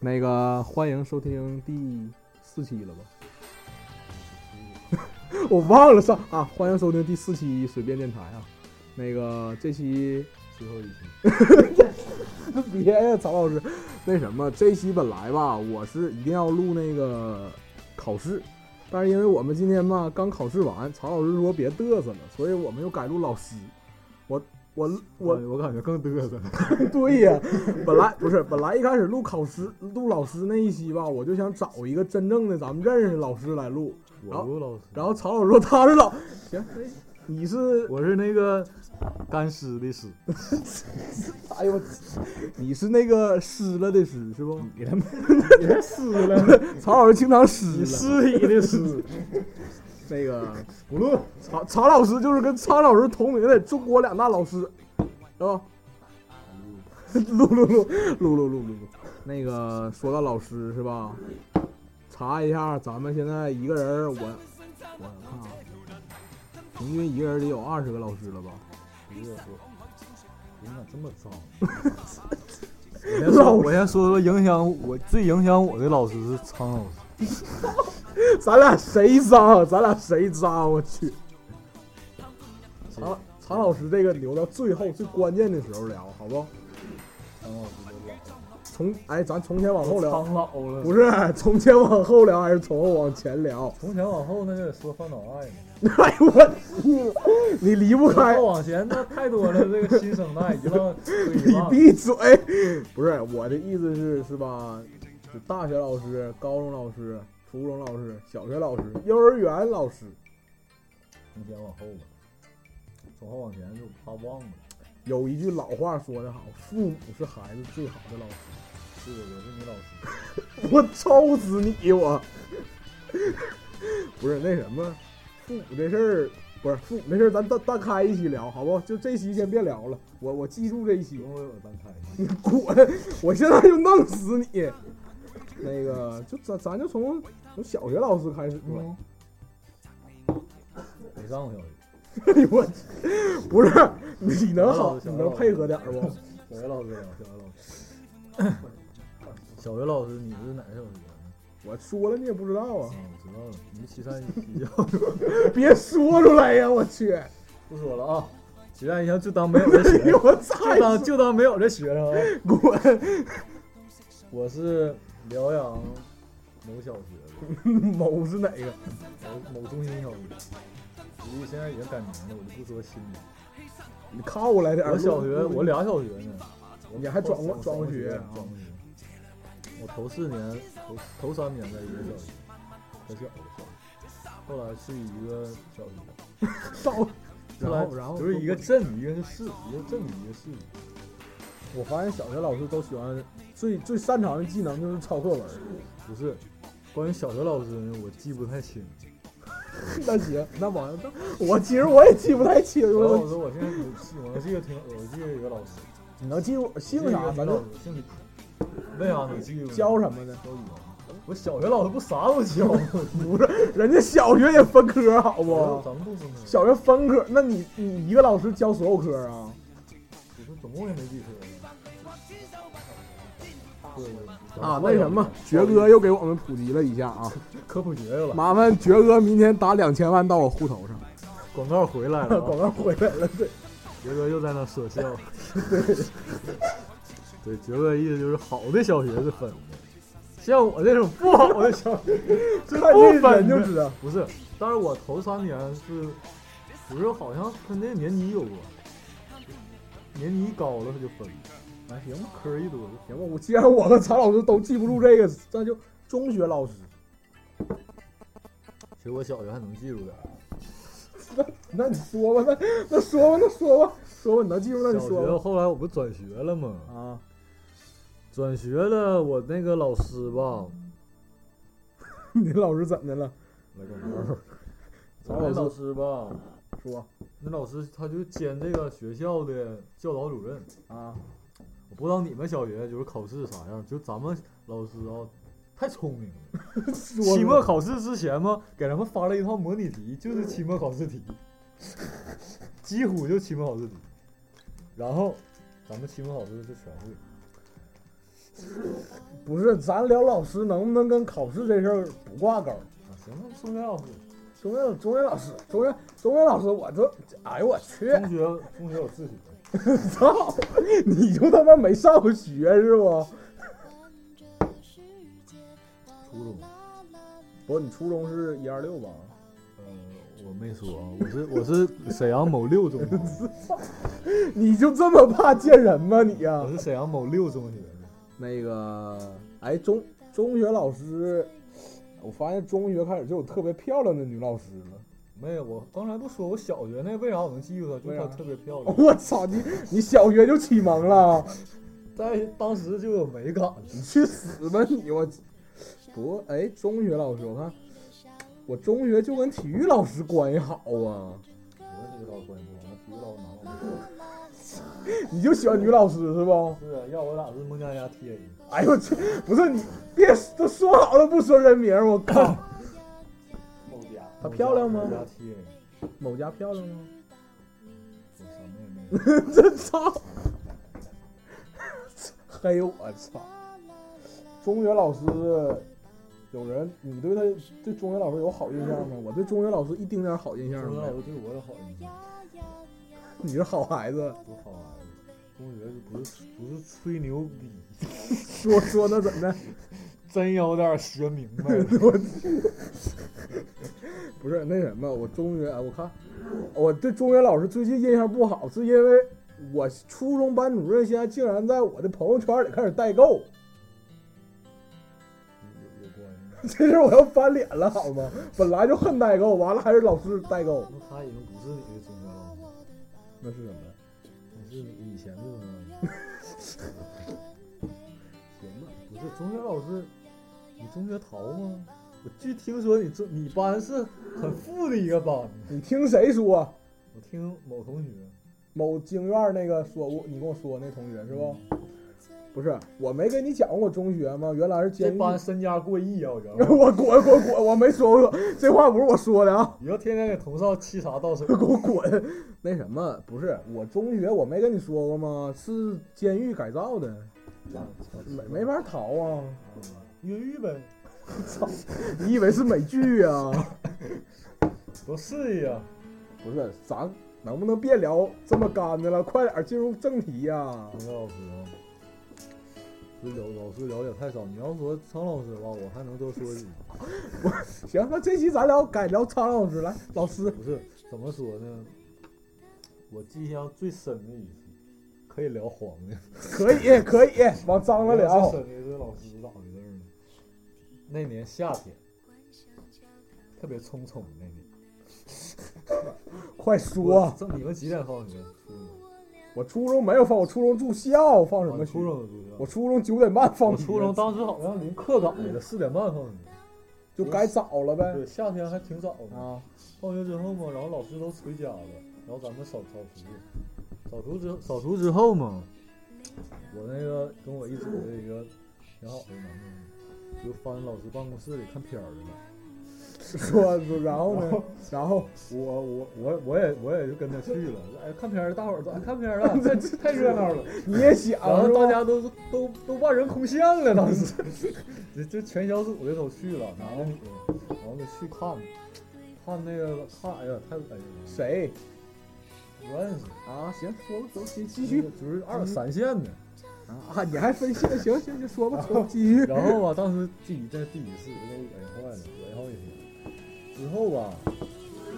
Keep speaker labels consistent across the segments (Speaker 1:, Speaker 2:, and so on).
Speaker 1: 那个欢迎收听第四期了吧？ 我忘了上啊！欢迎收听第四期随便电台啊！那个这期
Speaker 2: 最后一期，
Speaker 1: 别呀，曹老师，那什么，这期本来吧，我是一定要录那个考试，但是因为我们今天吧刚考试完，曹老师说别嘚瑟了，所以我们又改录老师。我我我，
Speaker 2: 我感觉更嘚瑟了。
Speaker 1: 对呀，本来不是本来一开始录考师录老师那一期吧，我就想找一个真正的咱们认识的老师来录，
Speaker 2: 我录老师，
Speaker 1: 然后曹老师说他是老，行，那你是
Speaker 2: 我是那个干尸的尸，
Speaker 1: 哎呦，我你是那个湿了的湿是不？
Speaker 2: 你他妈你这湿了，
Speaker 1: 曹老师经常湿
Speaker 2: 你
Speaker 1: 了。
Speaker 2: 尸体的尸，
Speaker 1: 那个
Speaker 2: 不录。
Speaker 1: 曹曹老师就是跟苍老师同名的中国两大老师，是吧？嗯录录录录录录录录。那个说到老师是吧？查一下，咱们现在一个人儿，我我看啊，平均一个人得有二十个老师 了吧？
Speaker 2: 一个说，你咋这么脏？我先说，我先说说影响我最影响我的老师是苍老师，
Speaker 1: 咱俩谁脏？啊咱俩谁脏？我 去！常常老师这个留到最后最关键的时候聊，好不好？
Speaker 2: 苍老师都
Speaker 1: 从哎，咱从前往后
Speaker 2: 老了，
Speaker 1: 聊，
Speaker 2: 苍老了。
Speaker 1: 不是从前往后聊，还是从后往前聊？
Speaker 2: 从前往后那就得说放脑 爱呢，
Speaker 1: 哎呦我去，你离不
Speaker 2: 从
Speaker 1: 开
Speaker 2: 后，往前那太多了，这个新生代一 浪推一
Speaker 1: 你
Speaker 2: 浪。
Speaker 1: 闭嘴！不是我的意思是，是吧？就大学老师、高中老师、初中老师、小学老师、幼儿园老师，
Speaker 2: 从前往后吧，从后往前就怕忘了。
Speaker 1: 有一句老话说得好，父母是孩子最好的老师。
Speaker 2: 是，我是你老师。
Speaker 1: 我抽死你！我 不是那什么，父母这事儿不是父母这事儿，咱单单开一期聊，好不好？就这期先别聊了，我我记住这一期
Speaker 2: 不，用为我单开，
Speaker 1: 你滚！我现在就弄死你！那个，就咱咱就从从小学老师开始吧。
Speaker 2: 嗯 没上过小学。
Speaker 1: 哎呦我，不是你能好，
Speaker 2: 小
Speaker 1: 你
Speaker 2: 学老师
Speaker 1: 能配合点儿不？
Speaker 2: 小学老师啊，小学老师。小学老师，你是哪个小学的？
Speaker 1: 我说了你也不知道啊
Speaker 2: 啊，，我知道了，你是西山一校。
Speaker 1: 别说出来呀！我去，哎
Speaker 2: 不说了啊，西山一校就当没有这 学
Speaker 1: 呦
Speaker 2: 生，
Speaker 1: 我操！
Speaker 2: 就当就当没有这学生啊。
Speaker 1: 滚！
Speaker 2: 我是辽阳某小学的
Speaker 1: 某是哪个？
Speaker 2: 某某中心小学，估计现在已经改名了，我就不说新的。
Speaker 1: 你靠过来点儿。
Speaker 2: 我小学
Speaker 1: 录
Speaker 2: 我俩小学呢，我
Speaker 1: 你还转过
Speaker 2: 我
Speaker 1: 转过
Speaker 2: 我
Speaker 1: 学啊
Speaker 2: 转过学。我头四年头头三年在一个小学，可小了小学，后来去一个小学，
Speaker 1: 到，
Speaker 2: 后来
Speaker 1: 然后然后
Speaker 2: 就是一个镇，一个是市，一个镇，一个市。
Speaker 1: 我发现小学老师都喜欢最最擅长的技能就是抄课文。
Speaker 2: 不是，关于小学老师呢，我记不太清。
Speaker 1: 那行，那完了，我其实我也记不太清
Speaker 2: 小学老
Speaker 1: 了。
Speaker 2: 师我现在我记我能记得挺，我记得一个老师，
Speaker 1: 你能记住我 姓
Speaker 2: 记得
Speaker 1: 啥？
Speaker 2: 一
Speaker 1: 咱
Speaker 2: 个
Speaker 1: 就
Speaker 2: 老师姓为啥能记住呢？
Speaker 1: 教什么呢？
Speaker 2: 教语文。我小学老师不啥都教吗？
Speaker 1: 不是，人家小学也分科，好不？
Speaker 2: 咱们不分科。
Speaker 1: 小学分科，那你你一个老师教所有科啊？
Speaker 2: 我说总共也没记车。
Speaker 1: 啊，那什么，爵哥又给我们普及了一下啊！
Speaker 2: 科普学了，
Speaker 1: 麻烦爵哥明天打两千万到我户头上。
Speaker 2: 广告回来了
Speaker 1: 广
Speaker 2: 啊，
Speaker 1: 告回来了，对，
Speaker 2: 爵哥又在那说 笑。对，爵哥意思就是好的小学是分的，像我这种不好的小学是
Speaker 1: 看这
Speaker 2: 不
Speaker 1: 人
Speaker 2: 分
Speaker 1: 就
Speaker 2: 的。
Speaker 1: 知道。
Speaker 2: 不是，但是我头三年是，不是好像跟那年级有关，年级高了他就分，
Speaker 1: 哎，行吧。
Speaker 2: 科儿一多就
Speaker 1: 行吧，我既然我和曹老师都记不住这个，那就中学老师。
Speaker 2: 其实我小学还能记住点儿，
Speaker 1: 那你说吧，那那说吧，那说吧，说吧，你能记住那
Speaker 2: 小
Speaker 1: 你说
Speaker 2: 学
Speaker 1: 吧。
Speaker 2: 后来我不转学了吗？
Speaker 1: 啊，
Speaker 2: 转学了，我那个老师吧，
Speaker 1: 你老师怎么的了？
Speaker 2: 来广告。
Speaker 1: 曹
Speaker 2: 我那
Speaker 1: 老
Speaker 2: 老
Speaker 1: 师
Speaker 2: 师吧，
Speaker 1: 说
Speaker 2: 那老师他就兼这个学校的教导主任。
Speaker 1: 啊，
Speaker 2: 我不知道你们小学就是考试啥样，就咱们老师啊，太聪明了。
Speaker 1: 说
Speaker 2: 期末考试之前嘛，给咱们发了一套模拟题，就是期末考试题，几乎就期末考试题。然后咱们期末考试就全会。
Speaker 1: 不是，咱聊老师能不能跟考试这事儿不挂钩？
Speaker 2: 啊行，那数学老师，
Speaker 1: 中学中学老师，中学中学老师，我这哎呦我 去，
Speaker 2: 中学中学我自学，
Speaker 1: 操，你就他妈没上过学是不？
Speaker 2: 初中，
Speaker 1: 不，你初中是一二六吧？
Speaker 2: 呃，我没说，啊我是我是沈阳某六中啊学，
Speaker 1: 你就这么怕见人吗你呀、
Speaker 2: 我是沈阳某六中学的。
Speaker 1: 那个，哎，中中学老师，我发现中学开始就有特别漂亮的女老师了。
Speaker 2: 没有，我刚才不说我小学那为啥我能记住她，就
Speaker 1: 为
Speaker 2: 是
Speaker 1: 啥
Speaker 2: 她特别漂亮，
Speaker 1: 我操你！你小学就启蒙了？
Speaker 2: 在当时就有美感了。
Speaker 1: 你去死吧你！我不过哎，中学老师，我看我中学就跟体育老师关系好啊。
Speaker 2: 我这个老关注，我体育老师拿我。
Speaker 1: 你就喜欢女老师是不？
Speaker 2: 是啊，要我咋是孟佳佳 TA？
Speaker 1: 哎呦我去！不是你别都说好了不说人名儿，我靠！
Speaker 2: 孟佳，
Speaker 1: 她漂亮吗
Speaker 2: 孟佳 TA，
Speaker 1: 某家漂亮吗？
Speaker 2: 我什么也没 有。
Speaker 1: 这操！ 黑我操！中学老师，有人你对他对中学老师有好印象吗？我对中学老师一丁点儿好印象
Speaker 2: 中
Speaker 1: 都
Speaker 2: 学
Speaker 1: 没
Speaker 2: 老
Speaker 1: 有。
Speaker 2: 师对我有好印象，
Speaker 1: 你是好孩子，
Speaker 2: 多好啊！中学就不是不是吹牛逼，
Speaker 1: 说说那怎么的？
Speaker 2: 真有点学明 白了。
Speaker 1: 不是那什么，我中学我看我对中学老师最近印象不好，是因为我初中班主任现在竟然在我的朋友圈里开始代购，
Speaker 2: 有有关系吗？
Speaker 1: 这事儿我要翻脸了好吗？本来就恨代购，完了还是老师代购，
Speaker 2: 那他已经不是你的中学老师，
Speaker 1: 那是什么？
Speaker 2: 你是你以前的中学老师。行吧，不是中学老师，你中学逃吗？我据听说你中你班是很富的一个班，
Speaker 1: 你听谁说？
Speaker 2: 我听某同学
Speaker 1: 某京院儿那个说我，你跟我说那同学是不？不是，我没跟你讲过中学吗？原来是
Speaker 2: 这
Speaker 1: 监狱。
Speaker 2: 班身家过亿啊，我觉得。
Speaker 1: 我滚滚滚！我没说过这话，不是我说的啊！
Speaker 2: 你要天天给同少沏茶倒水，
Speaker 1: 给我滚！那什么，不是我中学我没跟你说过吗？是监狱改造的， 没没法逃啊！
Speaker 2: 越狱呗，
Speaker 1: 你以为是美剧啊？
Speaker 2: 都是呀。
Speaker 1: 不是，咱能不能别聊这么干的了？快点儿进入正题呀、
Speaker 2: 中学老师啊，对老老师了解太少。你要说苍老师吧，我还能多说几句。
Speaker 1: 行，那这期咱聊改聊苍老师来，老师
Speaker 2: 不是怎么说呢？我印象最深的一次，可以聊黄的。
Speaker 1: 可以可以往脏了聊。
Speaker 2: 最深的是老师咋回事儿呢？那年夏天，特别匆匆那年。
Speaker 1: 快说！
Speaker 2: 这你们几点放学？初中。
Speaker 1: 我初中没有放，我初中住校，放什
Speaker 2: 啊
Speaker 1: 么学
Speaker 2: 初？中的学？
Speaker 1: 我初中九点半放
Speaker 2: 我
Speaker 1: 学
Speaker 2: 初中当时好像临课改了，四点半放学。
Speaker 1: 就该早了呗。
Speaker 2: 对，夏天还挺早呢。
Speaker 1: 啊，
Speaker 2: 放学之后嘛，然后老师都回家了，然后咱们扫扫除，扫除之扫除之后嘛，我那个跟我一组的一个挺好的男生，就翻老师办公室里看片儿去了。
Speaker 1: 说然后呢？然后
Speaker 2: 我我我我也我也就跟着去了，哎，看片儿，大伙儿都哎看片儿 了，这这太热闹了。啊
Speaker 1: 你也想
Speaker 2: 然后
Speaker 1: 是吧
Speaker 2: 大家都都都把人空巷了，当 时，这这全小组的都去了，男的女的，然后就去看，看那个看，哎呀，太哎呀，
Speaker 1: 谁
Speaker 2: 不认识。
Speaker 1: 啊？行，说吧，走，继继续
Speaker 2: 就是二三线的。
Speaker 1: 啊！你还分线？行行行， 说吧，说吧，继续。
Speaker 2: 然后吧，当时第一在第一次我都恶心坏了，恶心好几天。之后吧，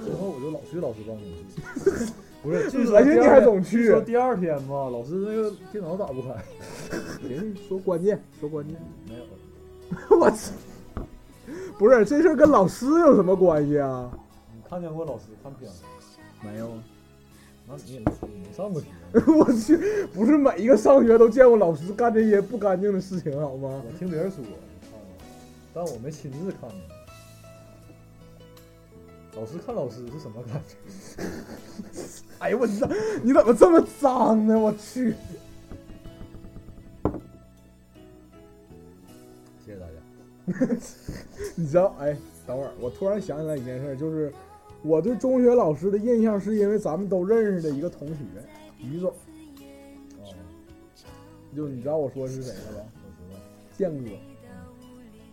Speaker 2: 之后我就老去老师办公室，不是，据说
Speaker 1: 恶心
Speaker 2: 第
Speaker 1: 你
Speaker 2: 二
Speaker 1: 还
Speaker 2: 天
Speaker 1: 总去
Speaker 2: 据说第二天吧，老师那个电脑打不开，
Speaker 1: 行，说关键，说关 键。
Speaker 2: 没有。
Speaker 1: 我操！不是这事儿跟老师有什么关系啊？
Speaker 2: 你看见过老师看片儿？
Speaker 1: 没
Speaker 2: 啊
Speaker 1: 有。
Speaker 2: 那你也没你没上过学，
Speaker 1: 我去，不是每一个上学都见过老师干这些不干净的事情，好吗？
Speaker 2: 我听别人说你看过，但我没亲自看过。老师看老师是什么感觉？
Speaker 1: 哎呦我操！你怎么这么脏呢？我去！
Speaker 2: 谢谢大家。
Speaker 1: 你知道，哎，等会儿我突然想起来一件事儿，就是我对中学老师的印象是因为咱们都认识的一个同学，于总，
Speaker 2: 啊、
Speaker 1: 就你知道我说是谁了吧？
Speaker 2: 我知道。
Speaker 1: 建哥。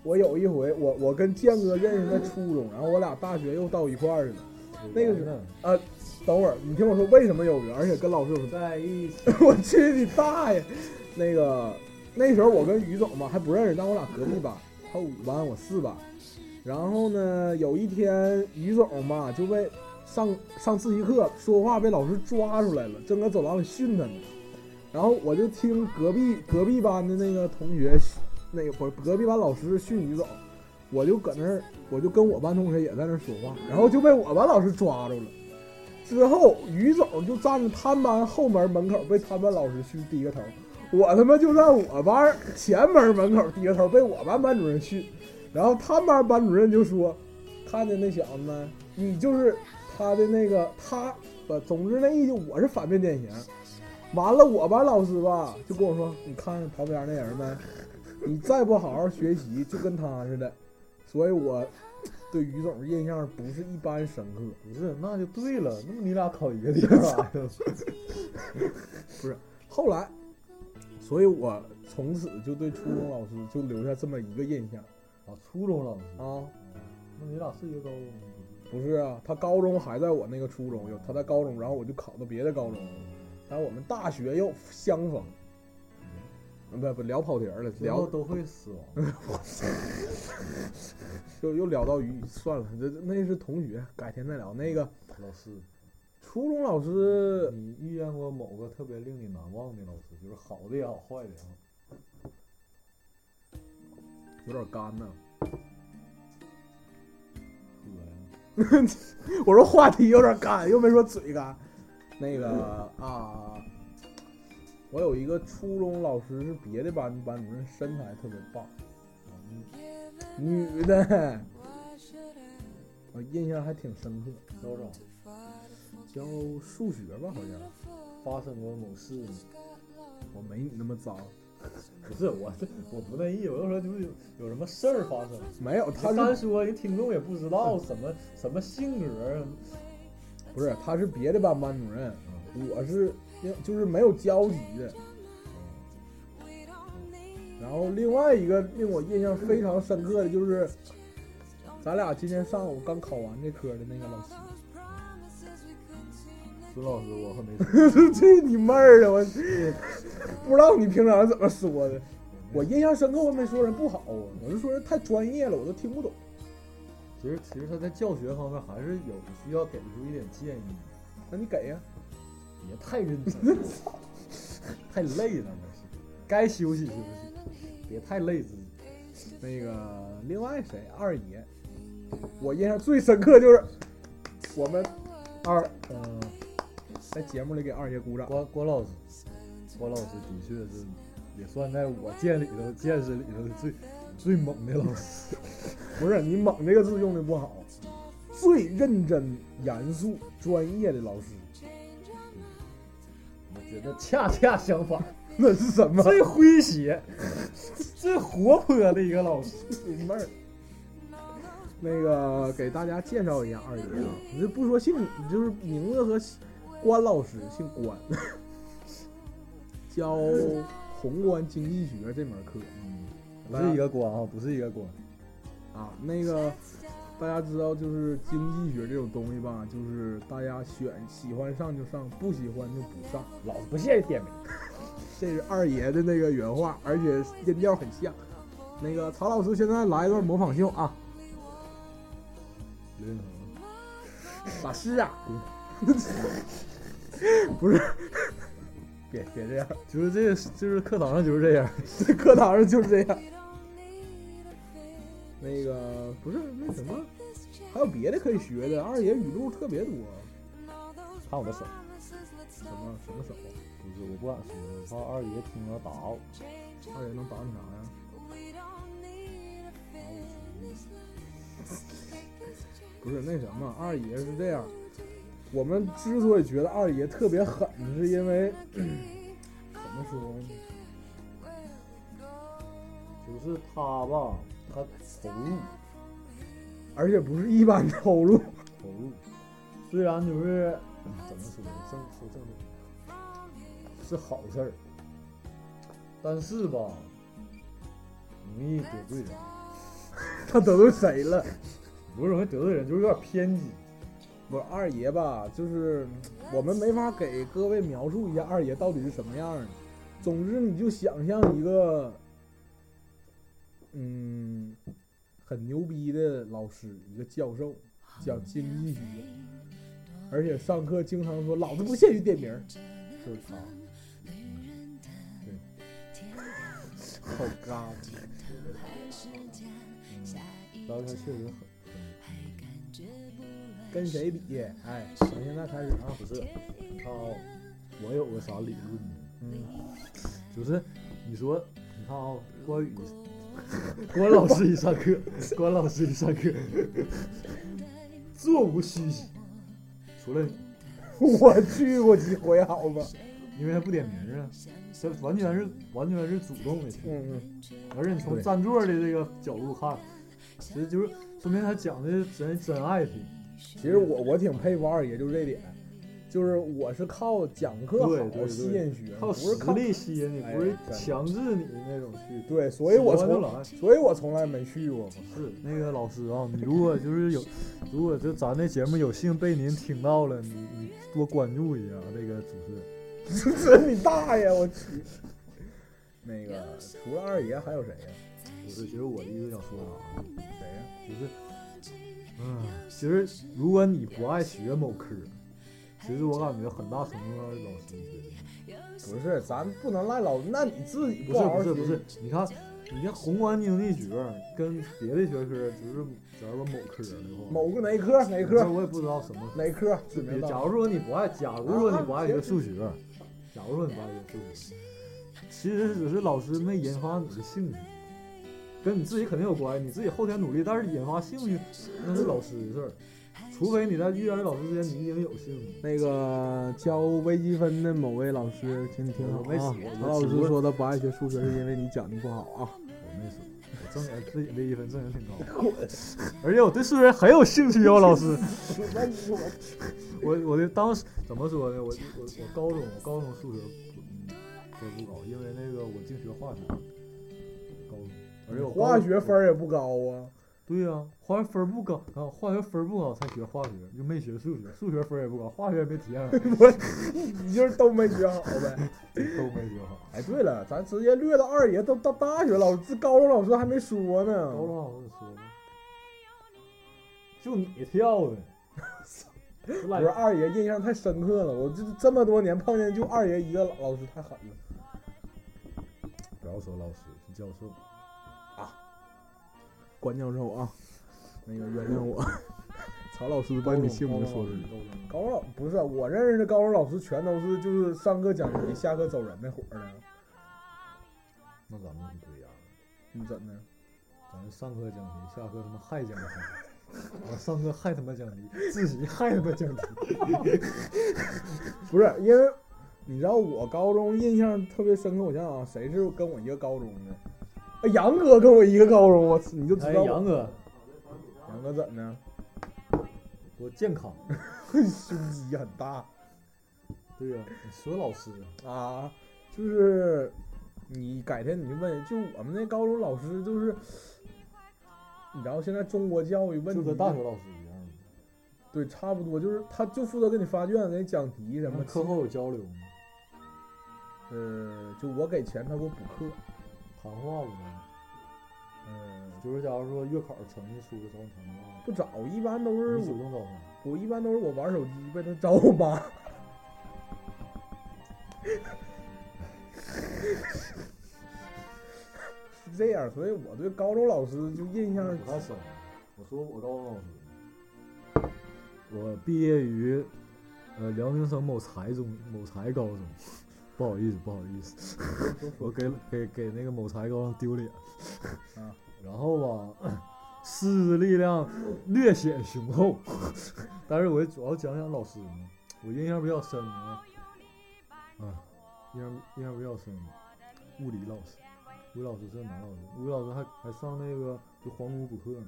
Speaker 1: 我有一回，我我跟建哥认识在初中，然后我俩大学又到一块儿去了。那个
Speaker 2: 呢，
Speaker 1: 啊，等会儿你听我说，为什么有缘，而且跟老师有什么？
Speaker 2: 在一起，
Speaker 1: 我去你大爷！那个那时候我跟于总嘛还不认识，但我俩隔壁班，他五班我四班。然后呢，有一天于总嘛就被上上自习课说话被老师抓出来了，正搁走廊里训他呢。然后我就听隔壁隔壁班的那个同学，那个不是隔壁班老师训于总，我就搁那儿，我就跟我班同学也在那儿说话，然后就被我班老师抓住了。之后，于总就站着他们班后门门口被他们班老师训，低个头。我他妈就在我班前门门口低个头，被我班班主任训。然后他们班班主任就说：“看见那小子没？你就是他的那个他，不，总之那意思我是反面典型。”完了，我班老师吧就跟我说：“你看见旁边那人没？你再不好好学习，就跟他似的。”所以，我对于总印象不是一般深刻。
Speaker 2: 不是那就对了，那么你俩考一个地方啊 来了，
Speaker 1: 后来，所以我从此就对初中老师就留下这么一个印象
Speaker 2: 啊，初中老师，
Speaker 1: 啊，
Speaker 2: 那你俩是一个高中的，
Speaker 1: 不是啊，他高中还在我那个初中，有他在高中，然后我就考到别的高中，
Speaker 2: 嗯
Speaker 1: 然后我们大学又相逢，嗯不不聊跑题儿了，
Speaker 2: 最后
Speaker 1: 聊
Speaker 2: 都会死 亡，
Speaker 1: 又又聊到于算了，这这那是同学，改天再聊。那个
Speaker 2: 老师。
Speaker 1: 初中老师
Speaker 2: 你遇见过某个特别令你难忘的老师，就是好的也好，坏的也好。
Speaker 1: 有点干呢，
Speaker 2: 喝呀，
Speaker 1: 我说话题有点干，又没说嘴干。那个啊，我有一个初中老师是别的班班主任，身材特别棒，女的， 我印象还挺深刻，
Speaker 2: 多少
Speaker 1: 教数学吧，好像
Speaker 2: 发生过某事呢？
Speaker 1: 我没你那么脏，
Speaker 2: 不是我这我不乐意，我就说就是有有什么事儿发生。
Speaker 1: 没有，
Speaker 2: 他
Speaker 1: 他
Speaker 2: 单
Speaker 1: 是
Speaker 2: 说人啊听众也不知道什么什么性格，
Speaker 1: 不是他是别的班班主任，我是因就是没有交集的。然后另外一个令我印象非常深刻的就是，咱俩今天上午刚考完这科的那个老师，
Speaker 2: 孙老师 我可 没说，
Speaker 1: 去你妹儿的！我不知道你平常怎么说的。我印象深刻，我也没说人不好啊，我就说人太专业了，我都听不懂。
Speaker 2: 其实其实他在教学方面还是有需要给出一点建议，
Speaker 1: 那你给呀、
Speaker 2: 别太认真了，太累了那是，该休息休息，别太累自己。
Speaker 1: 那个另外谁二爷，我印象最深刻就是我们二嗯、
Speaker 2: 呃
Speaker 1: 在节目里给二爷鼓掌，
Speaker 2: 郭郭老师，郭老师的确是也算在我见里头见识里头最最猛的老师。
Speaker 1: 不是你“猛”这个字用的不好，最认真、严肃、专业的老师，
Speaker 2: 我觉得恰恰相反，
Speaker 1: 那是什么？
Speaker 2: 最诙谐、 最活泼的一个老师。
Speaker 1: 你妹儿！那个给大家介绍一下二爷啊，你就不说姓，你就是名字和姓关老师姓关，教宏观经济学这门课
Speaker 2: 不是一个官啊，不是一个官。
Speaker 1: 啊。那个大家知道，就是经济学这种东西吧，就是大家选喜欢上就上，不喜欢就不上。
Speaker 2: 老子不屑于点名。
Speaker 1: 这是二爷的那个原话，而且音调很像。那个曹老师现在来一段模仿秀啊，
Speaker 2: 嗯
Speaker 1: 法师 啊，不是，别别这样，
Speaker 2: 就是这个，就是课堂上就是这样。
Speaker 1: 这 课堂上就是这样。那个不是那什么，还有别的可以学的，二爷语录特别多。
Speaker 2: 看我的手，
Speaker 1: 什么什么手啊？
Speaker 2: 不是我不敢说，怕二爷听着打我。
Speaker 1: 二爷能打你啥呀？不是那什么，二爷是这样。我们之所以觉得二爷特别狠，是因为怎么说呢？
Speaker 2: 就是他吧，他投入。
Speaker 1: 而且不是一般投入，
Speaker 2: 投入。虽然就是嗯怎么说呢，正说正经是好事儿，但是吧，容易得罪人，
Speaker 1: 他得罪谁了？
Speaker 2: 不是容易得罪人，就是有点偏激。
Speaker 1: 不是二爷吧？就是我们没法给各位描述一下二爷到底是什么样的。总之，你就想象一个，嗯，很牛逼的老师，一个教授，讲经济学，而且上课经常说“老子不屑于点名儿
Speaker 2: 就是他，”，
Speaker 1: 好嘎巴。
Speaker 2: 然后他确实很，
Speaker 1: 跟谁比？哎，从现在开始啊，
Speaker 2: 不是他，啊我有个啥理论呢？
Speaker 1: 嗯，
Speaker 2: 就是你说，你看啊、关羽， 关老师一上课，关老师一上课，座无虚席，除了你，
Speaker 1: 我去过几回，好吧？
Speaker 2: 因为他不点名啊，这完全是完全是主动的去。
Speaker 1: 嗯嗯，
Speaker 2: 而且你从
Speaker 1: 对
Speaker 2: 占座的这个角度看，其实就是说明他讲的真真爱听。
Speaker 1: 其实我我挺佩服二爷，就是这点，就是我是靠讲课
Speaker 2: 对对
Speaker 1: 好
Speaker 2: 对
Speaker 1: 吸引学生，
Speaker 2: 靠
Speaker 1: 不
Speaker 2: 实
Speaker 1: 是靠
Speaker 2: 力吸引你，
Speaker 1: 哎
Speaker 2: 不是
Speaker 1: 真的
Speaker 2: 强制你那种去。
Speaker 1: 对，所以我
Speaker 2: 喜欢就
Speaker 1: 从
Speaker 2: 来。
Speaker 1: 所以我从来没去过嘛。
Speaker 2: 是啊那个老师啊，你如果就是有，如果就咱这节目有幸被您听到了，你你多关注一下啊这个主持人。
Speaker 1: 这你大爷！我去。那个除了二爷还有谁呀、
Speaker 2: 不是，其实我的意思想说啥呢，
Speaker 1: 谁呀、
Speaker 2: 就是，嗯，其实如果你不爱学某科，其实我感觉很大程度上是老师学的。
Speaker 1: 不是，咱不能赖老，那你自己
Speaker 2: 不
Speaker 1: 好
Speaker 2: 是
Speaker 1: 好
Speaker 2: 不
Speaker 1: 学
Speaker 2: 是不是，你看，你看宏观经济学跟别的学科，就是假如说某科的话，
Speaker 1: 某个哪科哪
Speaker 2: 科
Speaker 1: 科
Speaker 2: 我也不知道什么
Speaker 1: 哪科指
Speaker 2: 就别
Speaker 1: 名
Speaker 2: 假
Speaker 1: 道
Speaker 2: 如说你不爱，假如说你不爱学数学，假如说你不爱学数学，其实只是老师没引发你的兴趣，跟你自己肯定有关系，你自己后天努力，但是引发兴趣那是老师的事儿，除非你在遇见老师之前你已经有兴趣。
Speaker 1: 那个教微积分的某位老师，请你听好
Speaker 2: 我没
Speaker 1: 啊
Speaker 2: 写。
Speaker 1: 曹
Speaker 2: 我
Speaker 1: 老
Speaker 2: 只不
Speaker 1: 师
Speaker 2: 过
Speaker 1: 说他不爱学数学是因为你讲的不好 啊。
Speaker 2: 我没说，我正经自己的一分正经挺高的，而且我对数学很有兴趣哦，老师。我我的当时怎么说呢？我我我高中我高中数学不嗯分不高，因为那个我净学化学，高中，而且我高
Speaker 1: 化学分儿也不哎高啊。
Speaker 2: 对呀、化学分儿不高，啊，化学分儿不高才学化学，就没学数学，数学分儿也不高，化学也没体验好，
Speaker 1: 你就是都没学好呗。
Speaker 2: 都没学好。
Speaker 1: 哎，对了，咱直接略到二爷，都到大学老师、高中老师还没说呢。
Speaker 2: 高中老师说了，就你跳的，就
Speaker 1: 不
Speaker 2: 赖
Speaker 1: 是二爷印象太深刻了，我这这么多年碰见就二爷一个老师太狠了。
Speaker 2: 不要说老师，是教授。
Speaker 1: 关教授啊，那个原谅我， 曹老
Speaker 2: 哦
Speaker 1: 师把你姓名说出来。
Speaker 2: 来。
Speaker 1: 高中老不是啊我认识的高中老师，全都是就是上课讲题，下课走人那伙儿的。
Speaker 2: 那咱们不一样了，
Speaker 1: 你怎的？
Speaker 2: 咱上课讲题，下课他妈还讲题， 我上课还他妈讲题，自习还他妈讲 题。
Speaker 1: 不是因为你知道我高中印象特别深刻，我想想啊，谁是跟我一个高中的？啊，杨哥跟我一个高中，我你就知
Speaker 2: 哎，
Speaker 1: 道我、
Speaker 2: 杨哥，
Speaker 1: 杨哥怎的？
Speaker 2: 多健康。
Speaker 1: 胸肌很大
Speaker 2: 对呀、你说老师，
Speaker 1: 啊，就是你改天你就问，就我们那高中老师就是，你知道现在中国教育问
Speaker 2: 就
Speaker 1: 题
Speaker 2: 跟大学老师一样，
Speaker 1: 对差不多，就是他就负责给你发卷，给你讲题什
Speaker 2: 咱
Speaker 1: 么
Speaker 2: 们嗯课后有交流吗？
Speaker 1: 呃，就我给钱，他给我补课。
Speaker 2: 谈话不吗？
Speaker 1: 嗯，
Speaker 2: 就是假如说月考成绩出了，找你谈话，
Speaker 1: 不找，一般都是
Speaker 2: 你
Speaker 1: 我
Speaker 2: 主动找他。
Speaker 1: 我一般都是我玩手机被他找我妈。 是这样，所以我对高中老师就印象
Speaker 2: 不太深。我说我高中老师，我毕业于呃辽宁省某财中某财高中， 不好意思，不好意思。我给给给那个某才高上丢脸，
Speaker 1: 啊，
Speaker 2: 然后吧，师资力量略显雄厚，但是我主要讲讲老师嘛，我印象比较深的啊，啊，印象印象比较深的，物理老师，物理老师是男老师，物理老师还还上那个就皇姑补课呢，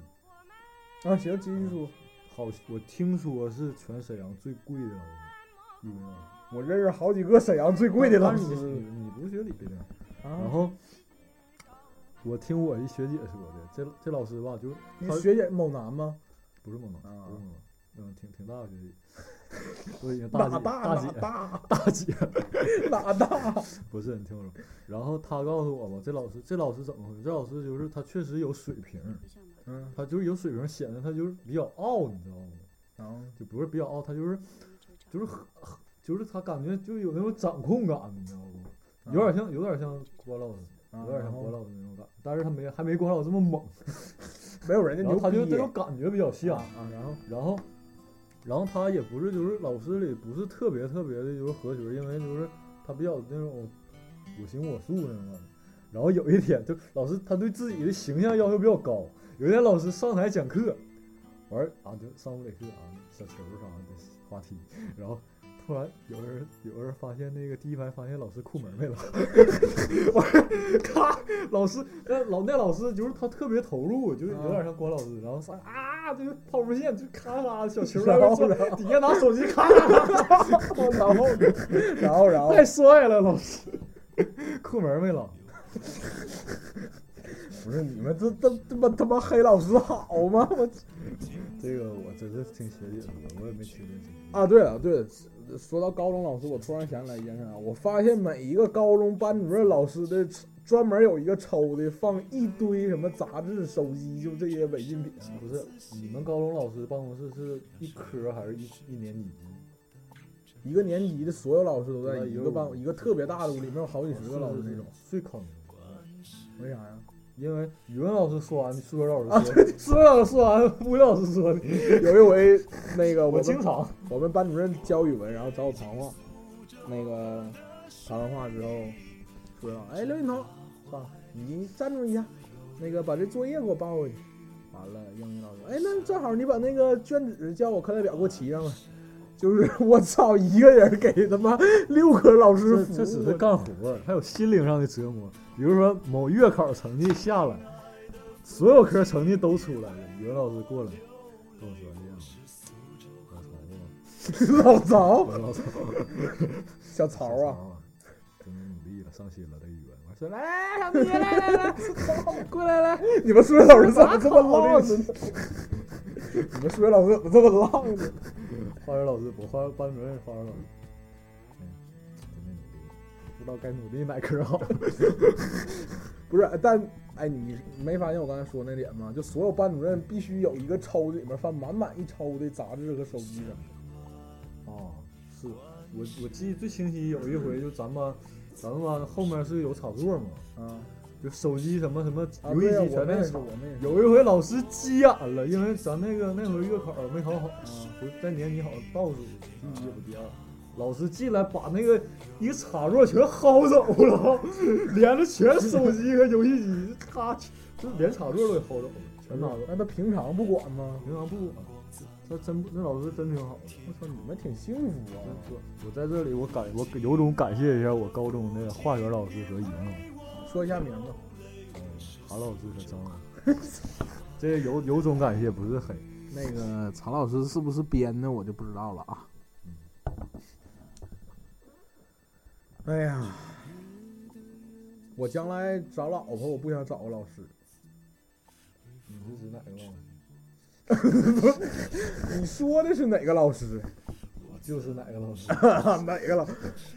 Speaker 1: 啊，行，继续说。
Speaker 2: 好，我听说是全沈阳最贵的老师，物理老师，
Speaker 1: 我认识
Speaker 2: 嗯
Speaker 1: 好几个沈阳最贵的老啊
Speaker 2: 但是你
Speaker 1: 师
Speaker 2: 嗯
Speaker 1: 哦
Speaker 2: 你你不是学理的。
Speaker 1: 啊
Speaker 2: 然后我听我一学姐说的，这这老师吧，就
Speaker 1: 你
Speaker 2: 他
Speaker 1: 学姐某男吗？
Speaker 2: 不是猛男，
Speaker 1: 啊
Speaker 2: 不是猛男，嗯，挺挺大的学姐， 都已经大
Speaker 1: 哪
Speaker 2: 姐
Speaker 1: 大
Speaker 2: 姐
Speaker 1: 哪 大
Speaker 2: 大姐，
Speaker 1: 哪大？
Speaker 2: 不是你听我说。然后他告诉我吧，这老师这老师怎么回事？这老师就是他确实有水平，
Speaker 1: 嗯，
Speaker 2: 他就是有水平，显得他就是比较傲，你知道吗？
Speaker 1: 然后
Speaker 2: 就不是比较傲，他就是就是很很就是他感觉就有那种掌控感，你知道吗？有
Speaker 1: 啊
Speaker 2: 点像有点像郭老师，有点像郭老师那种感，但是他没还没郭老师这么猛，
Speaker 1: 没有人家
Speaker 2: 然后
Speaker 1: 牛
Speaker 2: 他就
Speaker 1: 逼
Speaker 2: 这种感觉比较像。
Speaker 1: 啊，然后
Speaker 2: 然后，然后他也不是就是老师里不是特别特别的就是合群，因为就是他比较那种我行我素那种感觉。然后有一天，就老师他对自己的形象要求比较高。有一天老师上台讲课，完儿啊就上物理课啊，小球啥的滑梯，然后突然有人有人发现那个第一排发现老师裤门没了， 完儿咔，老师那老那老师就是他特别投入，就是有点像郭老师，然后上啊就是抛物线就咔咔小球在那转，底下拿手机咔咔咔
Speaker 1: 然后 然后然后
Speaker 2: 太帅了，老师， 裤门没了。
Speaker 1: 不是你们这这这么他妈黑老师好吗？我
Speaker 2: 这个我真是听学姐说，我也没听见谁
Speaker 1: 啊，对了，对了，说到高中老师，我突然想起来一件事啊，我发现每一个高中班主任老师的专门有一个抽的，放一堆什么杂志、手机，就这些违禁品。啊
Speaker 2: 不是你们高中老师办公室是一科还是一一年级？
Speaker 1: 一个年级的所有老师都在
Speaker 2: 那
Speaker 1: 一
Speaker 2: 有
Speaker 1: 个办一个特别大的屋，里面有好几十个老师那种。
Speaker 2: 最坑的，
Speaker 1: 为啥呀？
Speaker 2: 因为语文老师说完，数学老师说，数学老师说 完，物理老师说的。
Speaker 1: 有一回，那个
Speaker 2: 我
Speaker 1: 我
Speaker 2: 经
Speaker 1: 们
Speaker 2: 常
Speaker 1: 我们班主任教语文，然后找我谈话，那个谈完话之后，说道：“哎，刘云涛，啊，你站住一下，那个把这作业给我抱回去。”完了，英语老师，哎，那正好你把那个卷纸叫我课代表给我齐上了。 就是我操，一个人给他妈六科老师
Speaker 2: 这
Speaker 1: 服务，
Speaker 2: 这只是干活，还有心灵上的折磨。比如说某月考成绩下来，所有科成绩都出来了，语文老师过来跟我说：“哎呀，老
Speaker 1: 老曹
Speaker 2: 曹啊，我，说老曹，
Speaker 1: 小曹
Speaker 2: 老
Speaker 1: 啊，
Speaker 2: 啊，真的努力了，上心了，这语文。”我说：“来，
Speaker 1: 来来，小弟来来来，过来来，你们数学老师怎么这么浪呢？ 你们数学老师怎么这么浪呢？
Speaker 2: 化学老师，我化学班主任是化学老师，嗯，真的努力了，不知道该努力哪 科好。
Speaker 1: 不是，但哎，你没发现我刚才说那点吗？就所有班主任必须有一个抽屉里面放满满一抽的杂志和手机的。
Speaker 2: 哦，是我我记忆最清晰，有一回就咱班，咱们班后面是有草垛嘛，
Speaker 1: 啊
Speaker 2: 就手机什么什么
Speaker 1: 啊，
Speaker 2: 游戏
Speaker 1: 对呀，
Speaker 2: 机
Speaker 1: 我
Speaker 2: 全
Speaker 1: 们
Speaker 2: 那
Speaker 1: 也是，
Speaker 2: 草。
Speaker 1: 我们也是。
Speaker 2: 有一回老师急眼了，因为咱那个那回月考没考好，
Speaker 1: 啊
Speaker 2: 不是在年级好像倒数第一也不第二，老师进来把那个一个插座全薅走了， 连着全手机和游戏机，咔，就是连插座都给薅走了，全拿走了。
Speaker 1: 那他平常不管吗？
Speaker 2: 平常不管，他真不那老师真挺好的。
Speaker 1: 我操，你们挺幸福
Speaker 2: 嗯
Speaker 1: 啊！
Speaker 2: 我我在这里，我感我有种感谢一下我高中的化学老师和语文老师，
Speaker 1: 说一下名吧。
Speaker 2: 韩老师和张老师，这有有种感谢，不是黑。
Speaker 1: 那个常老师是不是编的，我就不知道了啊。哎呀，我将来找老婆，我不想找个老师。
Speaker 2: 你是指哪个老师？
Speaker 1: 你说的是哪个老师？
Speaker 2: 就是哪个老 师？
Speaker 1: 哪个老？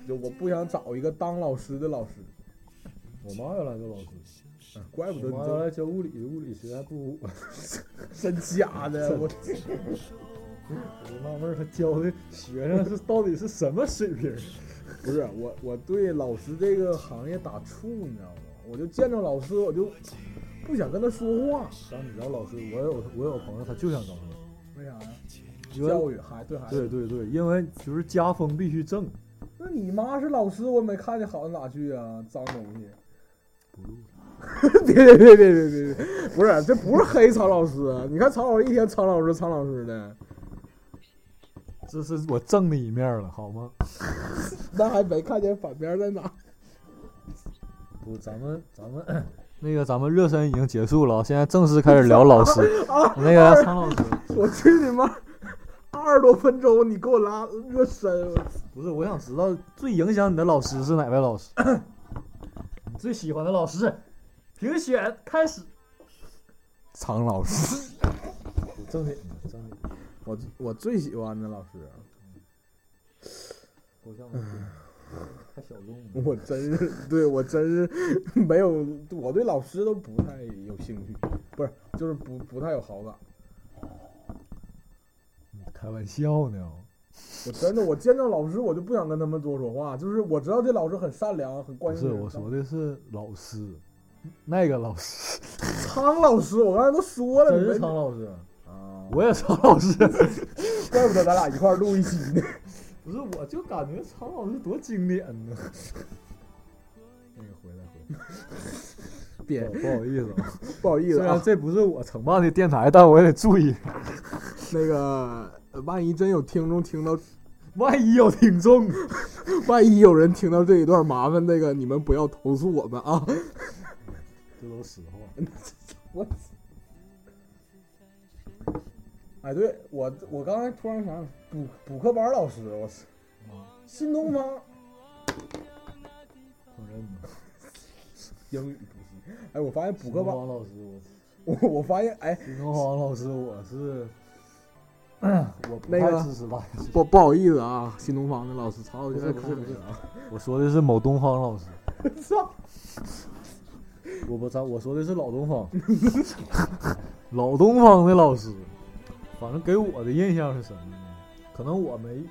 Speaker 1: 就我不想找一个当老师的老师。
Speaker 2: 我妈原来就老师，
Speaker 1: 啊怪不得
Speaker 2: 我
Speaker 1: 你
Speaker 2: 妈原
Speaker 1: 这
Speaker 2: 来教物理的，物理学还不如我。
Speaker 1: 真假的，我
Speaker 2: 我就纳闷儿她教的学生是到底是什么水平？
Speaker 1: 不是我，我对老师这个行业打怵，你知道吗？我就见着老师，我就不想跟他说话。
Speaker 2: 但你知道老师，我有我有朋友，他就想当老师。
Speaker 1: 为啥呀？
Speaker 2: 因为
Speaker 1: 教育孩对孩子
Speaker 2: 对对对，因为就是家风必须正，
Speaker 1: 那你妈是老师，我没看见好到哪去啊，脏东西！
Speaker 2: 不录。
Speaker 1: 别别别别别别别！不是，这不是黑曹老师啊，你看曹老师一天曹老师曹老师的，
Speaker 2: 这是我正的一面了，好吗？
Speaker 1: 那还没看见反面在哪。
Speaker 2: 不，咱们咱们 那个咱们热身已经结束了，现在正式开始聊老师。 那个苍老师，
Speaker 1: 我去你妈！二十多分钟，你给我拉热身，我
Speaker 2: 不是，我想知 道最影响你的老师是哪位老师？你最喜欢的老师？
Speaker 3: 评选开始。
Speaker 1: 苍老师，
Speaker 2: 有正经的正经的，
Speaker 1: 我我最喜欢的老师，
Speaker 2: 头像太小众了。
Speaker 1: 我真是对我真是没有，我对老师都不太有兴趣，不是就是不不太有好感。
Speaker 2: 你开玩笑呢？哦
Speaker 1: 我真的我见到老师我就不想跟他们多说话，就是我知道这老师很善良，很
Speaker 2: 不
Speaker 1: 关心
Speaker 2: 是，
Speaker 1: 人。
Speaker 2: 我说的是老师，那个老师，
Speaker 1: 苍老师，我刚才都说了，
Speaker 2: 真
Speaker 1: 你
Speaker 2: 是
Speaker 1: 们
Speaker 2: 常老师，
Speaker 1: 啊，
Speaker 2: 我也常老师。
Speaker 1: 怪不得咱俩一块儿录一期呢。
Speaker 2: 不是，我就感觉常老师多经典呢。那哎个回来 回
Speaker 1: 别
Speaker 2: 来， 不好意思啊，
Speaker 1: 不好意
Speaker 2: 虽
Speaker 1: 思
Speaker 2: 然
Speaker 1: 啊，
Speaker 2: 这不是我承办的电台，但我也得注意，
Speaker 1: 那个呃万一真有听众听到，
Speaker 2: 万一有听众。
Speaker 1: 万一有人听到这一段，麻烦那个你们不要投诉我们啊。
Speaker 2: 这都实话。
Speaker 1: 我，哎，对我我刚才突然想起补补课班老师，我操，
Speaker 2: 啊，
Speaker 1: 新东方
Speaker 2: 承认吧。
Speaker 1: 英语补习，哎，我发现补
Speaker 2: 新
Speaker 1: 课
Speaker 2: 东
Speaker 1: 班，
Speaker 2: 方老师，我
Speaker 1: 我我发现哎，
Speaker 2: 新东方老师，我是，我不
Speaker 1: 那
Speaker 2: 太
Speaker 1: 个
Speaker 2: 支持他。
Speaker 1: 不不好意思啊，新东方的老师，操，我
Speaker 2: 不
Speaker 1: 现
Speaker 2: 是
Speaker 1: 在
Speaker 2: 不是
Speaker 1: 看
Speaker 2: 不是
Speaker 1: 啊，
Speaker 2: 我说的是某东方老师，
Speaker 1: 操。
Speaker 2: 我不操，我说的是老东方， 老东方的老师，反正给我的印象是什么呢？可能我没，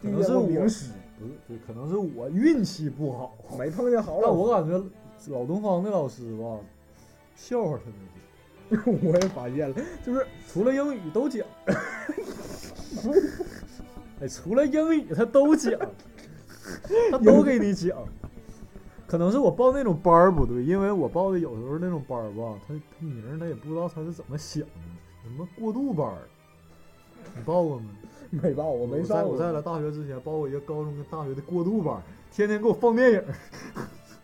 Speaker 2: 可能是我
Speaker 1: 名师，
Speaker 2: 不是，对，可能是我运气不好，
Speaker 1: 没碰见好
Speaker 2: 但
Speaker 1: 老
Speaker 2: 我
Speaker 1: 师。
Speaker 2: 感觉老东方的老师吧，笑话特别多。
Speaker 1: 我也发现了，就是
Speaker 2: 除了英语都讲。 哎，除了英语他都 讲，他都给你讲。可能是我报那种班儿不对，因为我报的有时候那种班儿吧，他他名儿他也不知道他是怎么想的，什么过渡班儿，你报过吗？
Speaker 1: 没吧，我没
Speaker 2: 在
Speaker 1: 上
Speaker 2: 我
Speaker 1: 过。
Speaker 2: 在来大学之前报过一个高中跟大学的过渡班儿，天天给我放电影儿，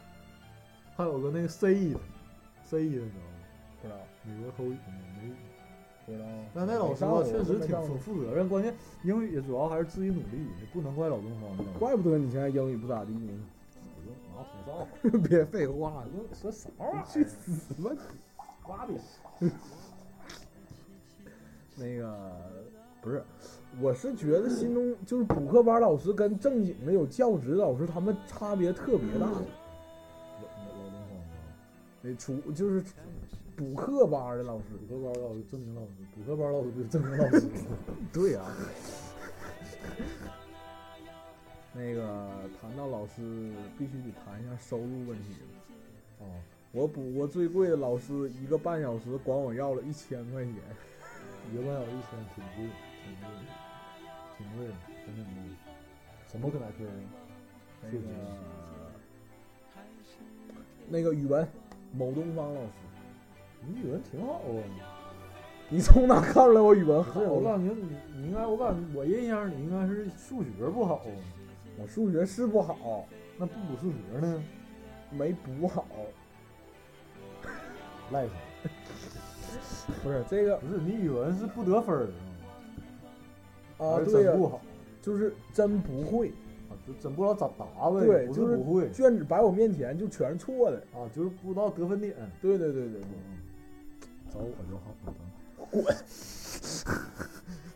Speaker 2: 还有个那个 C 的 C 的你知道吗？
Speaker 1: 不知道，
Speaker 2: 美国口语美语。
Speaker 1: 不知道。
Speaker 2: 但那老师吧，确实挺负负责任，关键英语主要还是自己努力，也不能怪老东方的老师。
Speaker 1: 怪不得你现在英语不咋地 呢。
Speaker 2: 拿口罩，
Speaker 1: 别废话，
Speaker 2: 你都说啥玩意
Speaker 1: 去
Speaker 2: 儿？
Speaker 1: 死吧！
Speaker 2: 挖鼻
Speaker 1: 那个不是，我是觉得新东就是补课班老师跟正经的有教职老师，他们差别特别大。
Speaker 2: 老老东方啊！
Speaker 1: 那除就是补课班的老师，
Speaker 2: 补课班老师正经老师，补课班老师不是正经老师吗？
Speaker 1: 对啊。那个谈到老师，必须得谈一下收入问题。
Speaker 2: 啊，
Speaker 1: 我补过最贵的老师，一个半小时管我要了一千块钱。
Speaker 2: 一个半小时一千，挺贵，挺贵，挺贵，真的挺贵。什么跟哪科啊？
Speaker 1: 那
Speaker 2: 数
Speaker 1: 个
Speaker 2: 学
Speaker 1: 那个语文，某东方老师，
Speaker 2: 你语文挺好 啊。
Speaker 1: 你从哪看出来我语文
Speaker 2: 不
Speaker 1: 好
Speaker 2: 是，我
Speaker 1: 了？
Speaker 2: 感觉你，你应该，我感觉我印象里应该是数学不好啊。
Speaker 1: 我数学是不好，
Speaker 2: 那不补数学呢？
Speaker 1: 没补好。
Speaker 2: 赖啥？
Speaker 1: 不是这个
Speaker 2: 不是你语文是不得分儿
Speaker 1: 啊，
Speaker 2: 还是
Speaker 1: 对呀、
Speaker 2: 真不好
Speaker 1: 就是真不会，
Speaker 2: 啊，就真不知道咋答呗，
Speaker 1: 对
Speaker 2: 不
Speaker 1: 就是是
Speaker 2: 不会
Speaker 1: 卷子摆我面前就全是错的。
Speaker 2: 啊，就是不知道得分点。
Speaker 1: 对对对对对，
Speaker 2: 嗯，找我就好了。
Speaker 1: 滚！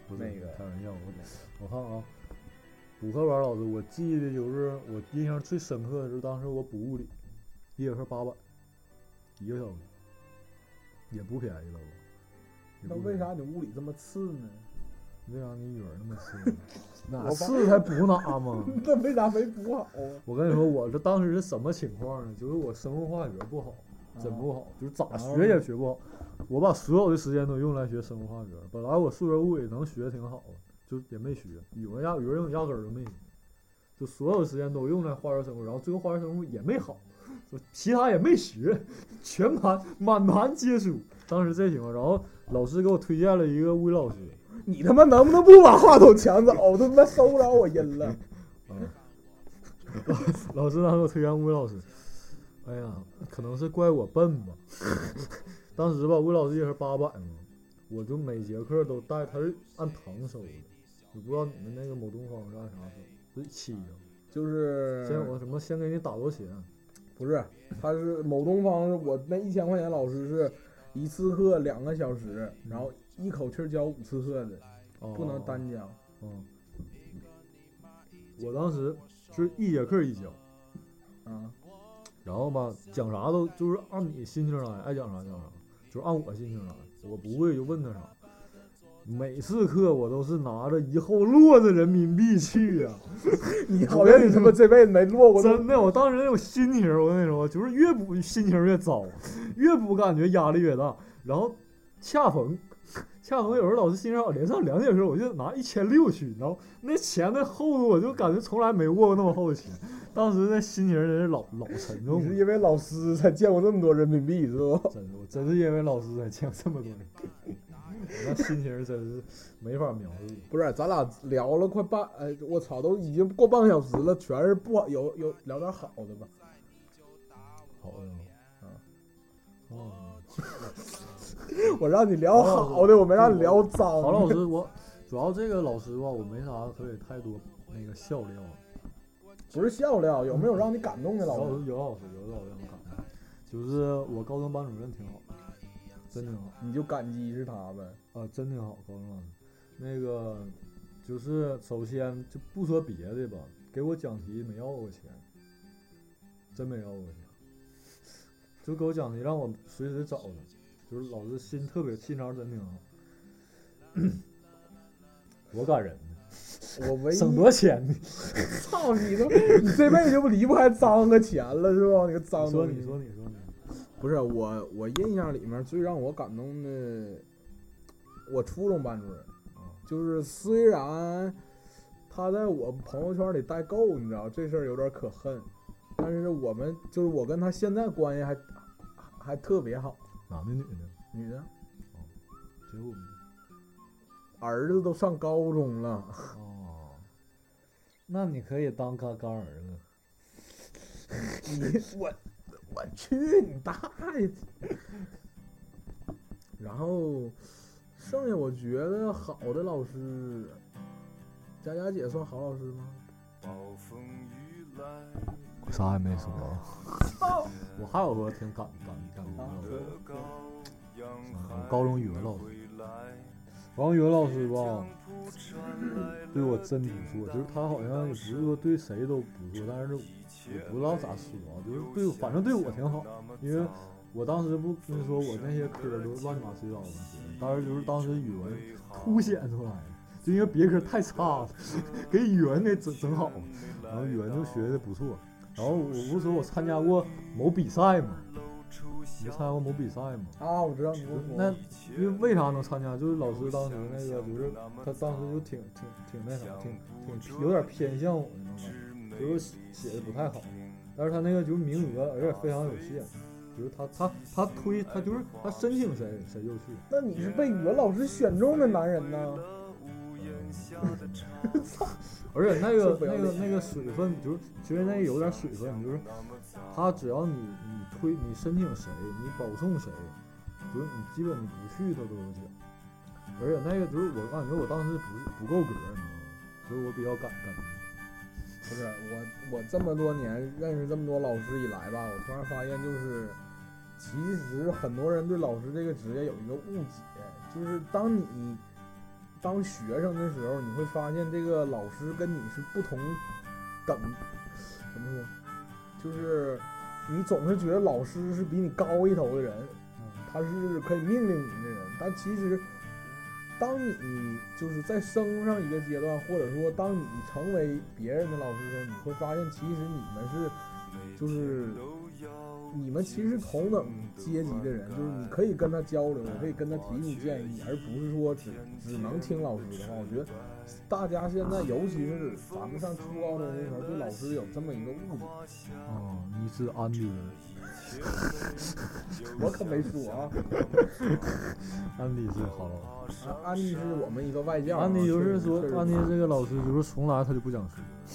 Speaker 2: 不是
Speaker 1: 那个
Speaker 2: 开玩笑，我我看啊，补课班老师，我记得就是我印象最深刻的是当时我补物理，一节课八百，一个小时，也不便宜了吧？也
Speaker 1: 那
Speaker 2: 不
Speaker 1: 为
Speaker 2: 便宜
Speaker 1: 啥你物理这么次 呢？
Speaker 2: 为啥你语文那 么次？哪
Speaker 1: 我发
Speaker 2: 次还补哪嘛？
Speaker 1: 那为啥没补好啊？
Speaker 2: 我跟你说，我这当时是什么情况呢？就是我生物化学不好，真
Speaker 1: 啊
Speaker 2: 不好，就是咋学也学不好。我把所有的时间都用来学生物化学。本来我数学、物理能学挺好的，就也没学。语文压语文压根儿就没学，就所有时间都用在化学生物，然后最后化学生物也没好，就其他也没学，全盘 满盘皆输。当时这情况，然后老师给我推荐了一个物理老师，
Speaker 1: 你他妈能不能不把话筒抢走？我他妈收不着我音 了。
Speaker 2: 啊，老师让我推荐物理老师，哎呀，可能是怪我笨吧。 当时吧，物理老师也是八百嘛，我就每节课都带，他是按堂收的，我不知道你们那个某东方是按啥收，是起呀、
Speaker 1: 就是
Speaker 2: 先我什么先给你打多钱，
Speaker 1: 不是，他是某东方是我那一千块钱老师是一次课两个小时，然后一口气儿教五次课的，不能单教。
Speaker 2: 嗯，我当时是一节课一教，
Speaker 1: 啊，
Speaker 2: 然后吧，讲啥都就是按你心情来，爱讲啥讲啥，就是按我心情来，我不会就问他啥。每次课我都是拿着一后摞的人民币去啊呀、
Speaker 1: 你 好像你他妈这辈子没落过
Speaker 2: 真的，我当时那种心情，我跟你说，就是越补心情越糟，越补感觉压力越大。然后恰逢恰逢有时候老师心情好，连上两节课，我就拿一千六去，你知道吗那钱的厚度，我就感觉从来没握过那么厚的钱。当时那心情真是老老沉重
Speaker 1: 你是
Speaker 2: 了，
Speaker 1: 因为老师才见过那么多人民币是不？
Speaker 2: 真的，我真是因为老师才见这么多人， 我那心情真是没法描述。
Speaker 1: 不是，咱俩聊了快半，哎，我操，都已经过半个小时了，全是不好，有有聊点好的吧？
Speaker 2: 好的吗，啊哦，
Speaker 1: 我让你聊好的，我没让你聊脏
Speaker 2: 郝
Speaker 1: 的。
Speaker 2: 老师，我主要这个老师吧，我没啥可以太多那个笑料。
Speaker 1: 不是笑料，有没有让你感动的老师？
Speaker 2: 有有老师有的老师很感动，就是我高中班主任挺好，真挺好
Speaker 1: 你就感激是他 呗。
Speaker 2: 啊，真挺好，高中班主任。那个就是首先就不说别的吧，给我讲题没要过钱，真没要过钱，就给我讲题让我随时找他，就是老师心特别心肠真挺好，多感人呢，
Speaker 1: 我唯一
Speaker 2: 省多少钱呢？
Speaker 1: 操你都，你 这辈子就离不开脏和钱了是吧？你个脏
Speaker 2: 你说
Speaker 1: 东
Speaker 2: 你
Speaker 1: 西。
Speaker 2: 说你说你，
Speaker 1: 不是我，我印象里面最让我感动的，我初中班主任，
Speaker 2: 啊
Speaker 1: 就是虽然他在我朋友圈里代购，你知道这事儿有点可恨，但是我们就是我跟他现在关系还还还特别好，
Speaker 2: 男的女的，
Speaker 1: 女的
Speaker 2: 结果
Speaker 1: 儿子都上高中了，
Speaker 2: 哦，那你可以当他干儿子。
Speaker 1: 你 我我去你大爷！ 然后剩下我觉得好的老师，佳佳姐算好老师吗？
Speaker 3: 暴风雨来，
Speaker 2: 我啥也没说，我还有个挺感感感动
Speaker 1: 啊
Speaker 2: 的，
Speaker 3: 羔羊
Speaker 2: 我高中语文老师，
Speaker 3: 归来。
Speaker 2: 王语文老师吧，对我真不错，就是他好像也不是说对谁都不错，但是也不知道咋说啊，就是对，反正对我挺好，因为我当时不跟你说我那些科都乱七八糟的，当时就是当时语文凸显出来了，就因为别科太差了， 给语文给整整好了，然后语文就学的不错。然后我不是说我参加过某比赛吗？你参加过某比赛吗？
Speaker 1: 啊，我知道你跟我说
Speaker 2: 那因为为啥能参加？就是老师当时那个，就是他当时就挺挺挺那啥，挺挺有点偏向我的那种感觉，就是写的不太好。但是他那个就是名额，而且非常有限，就是他他他推他就是他申请谁谁就去。
Speaker 1: 那你是被语文老师选中的男人 呢？
Speaker 2: 而且那个
Speaker 1: 不要
Speaker 2: 那
Speaker 1: 脸
Speaker 2: 个那个水分，就是其实那个有点水分，就是他只要你你推你申请谁，你保送谁，就是你基本你不去他都有奖。而且那个就是我感觉我当时不是不够格，你知道吗？所以我比较感感动。
Speaker 1: 不是我，我这么多年认识这么多老师以来吧，我突然发现就是，其实很多人对老师这个职业有一个误解，就是当你当学生的时候，你会发现这个老师跟你是不同等，怎么说，就是你总是觉得老师是比你高一头的人，他是可以命令你的人，但其实，当你就是在升上一个阶段，或者说当你成为别人的老师时，你会发现其实你们是，就是你们其实同等阶级的人，就是你可以跟他交流，可以跟他提出建议，而不是说只只能听老师的话。我觉得大家现在，尤其是咱们上初高中的时候，对老师有这么一个误解。
Speaker 2: 哦、你是安迪，
Speaker 1: 我可没说啊，
Speaker 2: 安迪是好老师。
Speaker 1: 啊安迪是我们一个外教啊，
Speaker 2: 安迪就是说
Speaker 1: 确实，
Speaker 2: 安迪这个老师就是从来他就不讲课，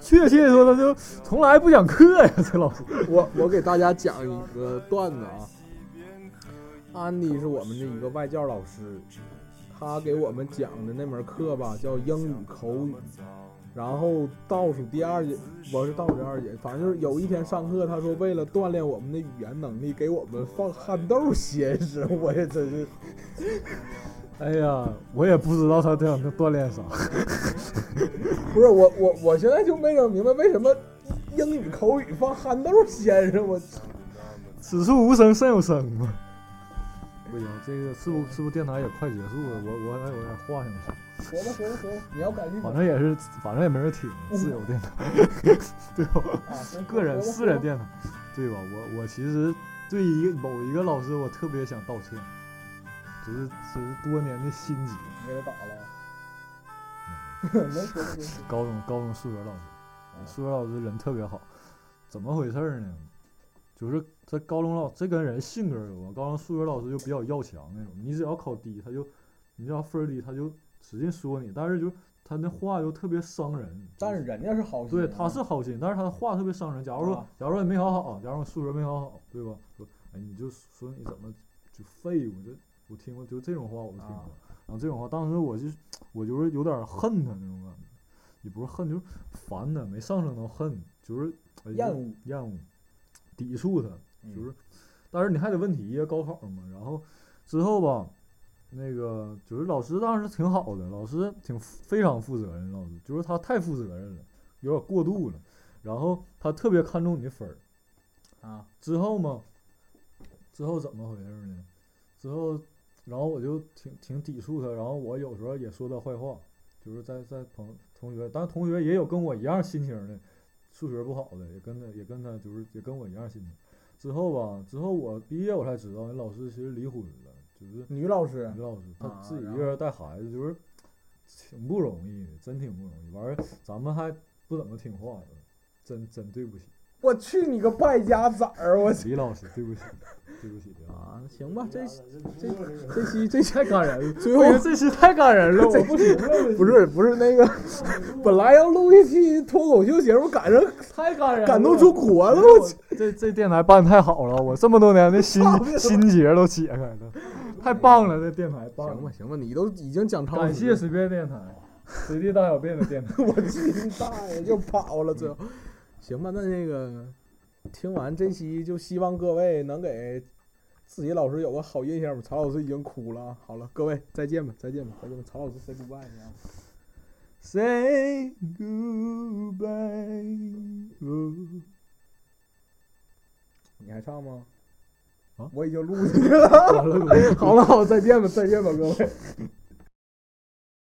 Speaker 2: 确切地说他就从来不讲课呀，这老师。
Speaker 1: 我我给大家讲一个段子啊，安迪是我们的一个外教老师，他给我们讲的那门课吧叫英语口语，然后倒数第二节，我是倒数第二节，反正就是有一天上课，他说为了锻炼我们的语言能力，给我们放憨豆歇一歇，我也真是，
Speaker 2: 哎呀，我也不知道他这样锻炼啥。
Speaker 1: 不是我我我现在就没整明白为什么英语口语放憨豆先生，我
Speaker 2: 此处无声胜有声嘛。嗯不行，哎这个是不是不是电台也快结束了？我我还有点话想说，
Speaker 1: 活吧活吧活吧，你要感兴
Speaker 2: 反正也是，反正也没人听，自由 电台，对吧？
Speaker 1: 啊
Speaker 2: 个人私人电台，对吧？我我其实对一个某一个老师，我特别想道歉，只是只是多年的心结。
Speaker 1: 给他打 了，能说吗？
Speaker 2: 高中高中数学老师，
Speaker 1: 哦
Speaker 2: 数学老师人特别好，怎么回事儿呢？就是这高中老这跟人性格有关，高中数学老师就比较要强那种，你只要考低，他就你只要分儿低，他就使劲说你，但是就他那话就特别伤人。
Speaker 1: 但是人家是好心，
Speaker 2: 对，他是好心，但是他的话特别伤人。假如说，
Speaker 1: 嗯啊
Speaker 2: 假如说你没考好，假如说数学没考好，对吧？说，哎，你就说你怎么就废物，就我听过，就这种话我听过。
Speaker 1: 啊
Speaker 2: 然后这种话，当时我就我就是有点恨他那种感觉，也不是恨，就是烦他，没上升到恨，就是、哎、
Speaker 1: 厌恶
Speaker 2: 厌恶，抵触他，
Speaker 1: 嗯
Speaker 2: 就是，但是你还得问题呀，高考嘛。然后之后吧，那个就是老师当时挺好的，老师挺负非常负责任，老师就是他太负责任了，有点过度了。然后他特别看重你的分儿，
Speaker 1: 啊，
Speaker 2: 之后嘛，之后怎么回事呢？之后，然后我就挺挺抵触他，然后我有时候也说他坏话，就是在在朋同学，当然同学也有跟我一样心情的，数学不好的，也跟他也跟他就是也跟我一样心情。之后吧，之后我毕业我才知道，那老师其实离婚了，就是
Speaker 1: 女老师
Speaker 2: 女老师她
Speaker 1: 啊
Speaker 2: 自己
Speaker 1: 然
Speaker 2: 一
Speaker 1: 后
Speaker 2: 个人带孩子，就是挺不容易的，真挺不容易。完儿咱们还不怎么听话，真真对不起，
Speaker 1: 我去你个败家崽儿！我
Speaker 2: 李老师对不起， 对不起啊。
Speaker 1: 啊，行吧，这这哦这期这期
Speaker 2: 太感人了，
Speaker 1: 最
Speaker 2: 我
Speaker 1: 后
Speaker 2: 觉得这期太感人了，我不行了，
Speaker 1: 不是不是那个，本来要录一期脱口秀节目，赶上
Speaker 2: 太感人了，
Speaker 1: 感动出骨
Speaker 2: 我
Speaker 1: 了，我去！
Speaker 2: 我这这电台办得太好了，我这么多年的心
Speaker 1: 操你妈
Speaker 2: 心结都解开了，太棒了，这电台棒
Speaker 1: 行吧
Speaker 2: 了，
Speaker 1: 行吧，你都已经讲超
Speaker 2: 感
Speaker 1: 时
Speaker 2: 谢随便电台，随地大小便的电台，
Speaker 1: 我去你大爷就跑了，最后，行吧，那那个听完这期，就希望各位能给自己老师有个好印象吧。曹老师已经哭了，啊！好了，各位再见吧，再见吧，再见吧，曹老师 say goodbye 你知道啊吗
Speaker 2: Say goodbye。
Speaker 1: 你还唱吗？
Speaker 2: 啊
Speaker 1: 我已经录进去了。
Speaker 2: 完了，
Speaker 1: 好了，好，再见吧，再见吧，各位。